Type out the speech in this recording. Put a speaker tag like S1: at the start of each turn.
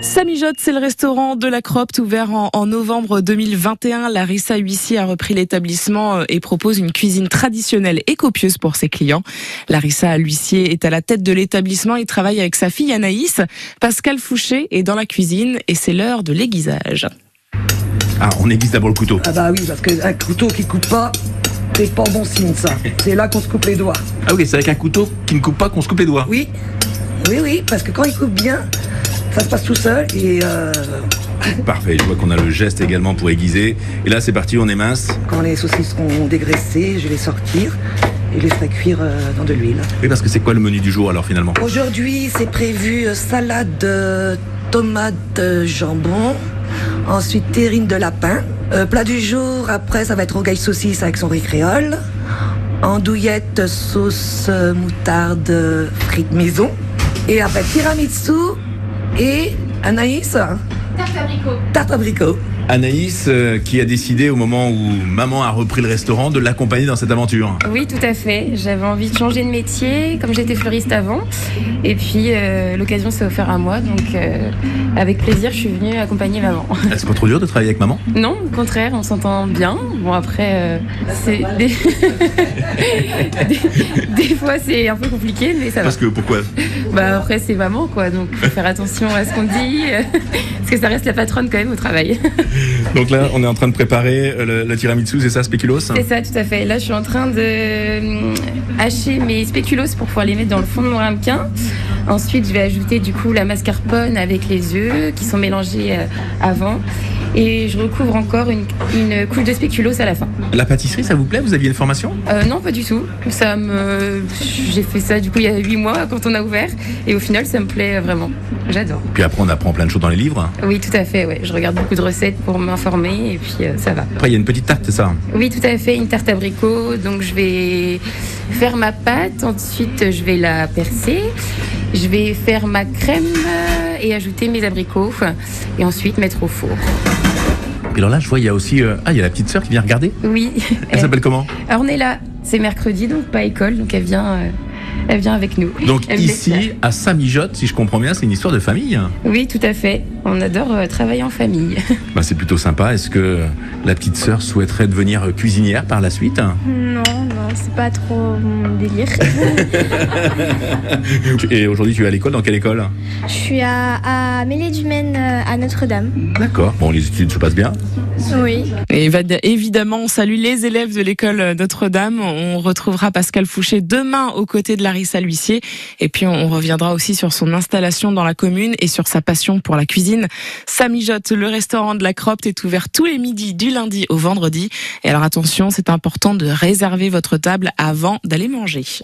S1: Ça mijote, c'est le restaurant de la Cropte ouvert en, en novembre 2021. Larissa Huissier a repris l'établissement euh, et propose une cuisine traditionnelle et copieuse pour ses clients. Larissa Huissier est à la tête de l'établissement et travaille avec sa fille Anaïs. Pascal Fouché est dans la cuisine et c'est l'heure de l'aiguisage.
S2: Ah, on aiguise d'abord le couteau.
S3: Ah bah oui, parce qu'un couteau qui coupe pas, c'est pas bon signe ça. C'est là qu'on se coupe les doigts.
S2: Ah oui, c'est avec un couteau qui ne coupe pas qu'on se coupe les doigts.
S3: Oui, oui, oui, parce que quand il coupe bien, ça se passe tout seul et euh,
S2: Parfait, je vois qu'on a le geste également pour aiguiser. Et là, c'est parti, on est mince.
S3: quand les saucisses seront dégraissées, je vais les sortir et les ferai cuire euh, dans de l'huile.
S2: Oui, parce que c'est quoi le menu du jour alors finalement
S3: Aujourd'hui, c'est prévu euh, salade de tomate euh, jambon, ensuite terrine de lapin. Euh, plat du jour, après, ça va être rogaille saucisse avec son riz créole, andouillette sauce euh, moutarde euh, frites maison, et après tiramisu et Anaïs, hein,
S4: Tarte abricot.
S3: tarte abricot.
S2: Anaïs, euh, qui a décidé au moment où maman a repris le restaurant de l'accompagner dans cette aventure.
S4: Oui, tout à fait. J'avais envie de changer de métier, comme j'étais fleuriste avant. Et puis, euh, l'occasion s'est offerte à moi. Donc, euh, avec plaisir, je suis venue accompagner maman.
S2: Ah, C'est pas trop dur de travailler avec maman
S4: Non, au contraire, on s'entend bien. Bon, après, euh, c'est des... des- des fois, c'est un peu compliqué, mais ça va.
S2: Parce que pourquoi
S4: Bah, après, c'est maman, quoi. Donc, faut faire attention à ce qu'on dit. euh, Parce que ça reste la patronne quand même au travail.
S2: Donc là, on est en train de préparer euh, le, le tiramisu, c'est ça, spéculoos
S4: C'est ça, tout à fait. Là, je suis en train de euh, hacher mes spéculoos pour pouvoir les mettre dans le fond de mon ramequin. Ensuite, je vais ajouter du coup la mascarpone avec les œufs qui sont mélangés euh, avant. Et je recouvre encore une, une couche de spéculoos à la fin.
S2: La pâtisserie, ça vous plaît Vous aviez une formation
S4: Euh, non, pas du tout. Ça me, j'ai fait ça du coup il y a huit mois quand on a ouvert. Et au final, ça me plaît euh, vraiment. J'adore.
S2: Puis après, on apprend plein de choses dans les livres.
S4: Oui, tout à fait. Ouais. Je regarde beaucoup de recettes pour m'informer et puis euh, ça va.
S2: Après, il y a une petite tarte, c'est ça
S4: Oui, tout à fait, une tarte abricot. Donc je vais faire ma pâte, ensuite je vais la percer, je vais faire ma crème euh, et ajouter mes abricots et ensuite mettre au four.
S2: Et alors là, je vois, il y a aussi. euh, Ah, il y a la petite sœur qui vient regarder.
S4: Oui,
S2: Elle s'appelle comment
S4: Ornella, c'est mercredi donc pas école, donc elle vient euh, elle vient avec nous.
S2: Donc
S4: Elle me laisse faire.
S2: ici, à Samijotte, si je comprends bien, c'est une histoire de famille.
S4: Oui, tout à fait. On adore euh, travailler en famille.
S2: Bah, c'est plutôt sympa. Est-ce que la petite sœur souhaiterait devenir cuisinière par la suite
S4: Mm.
S5: Non, non, c'est pas trop mon délire.
S2: Et aujourd'hui, tu es à l'école Dans quelle école
S5: Je suis à, à Mêlée du Maine euh, à Notre-Dame.
S2: D'accord. Bon, les études se passent bien.
S5: Oui.
S1: Et va- évidemment, on salue les élèves de l'école euh, Notre-Dame. On retrouvera Pascal Fouché demain aux côtés de Larissa L'Huissier. Et puis, on reviendra aussi sur son installation dans la commune et sur sa passion pour la cuisine. Sa mijote, le restaurant de la Cropte, est ouvert tous les midis du lundi au vendredi. Et alors, attention, c'est important de réserver votre table avant d'aller manger.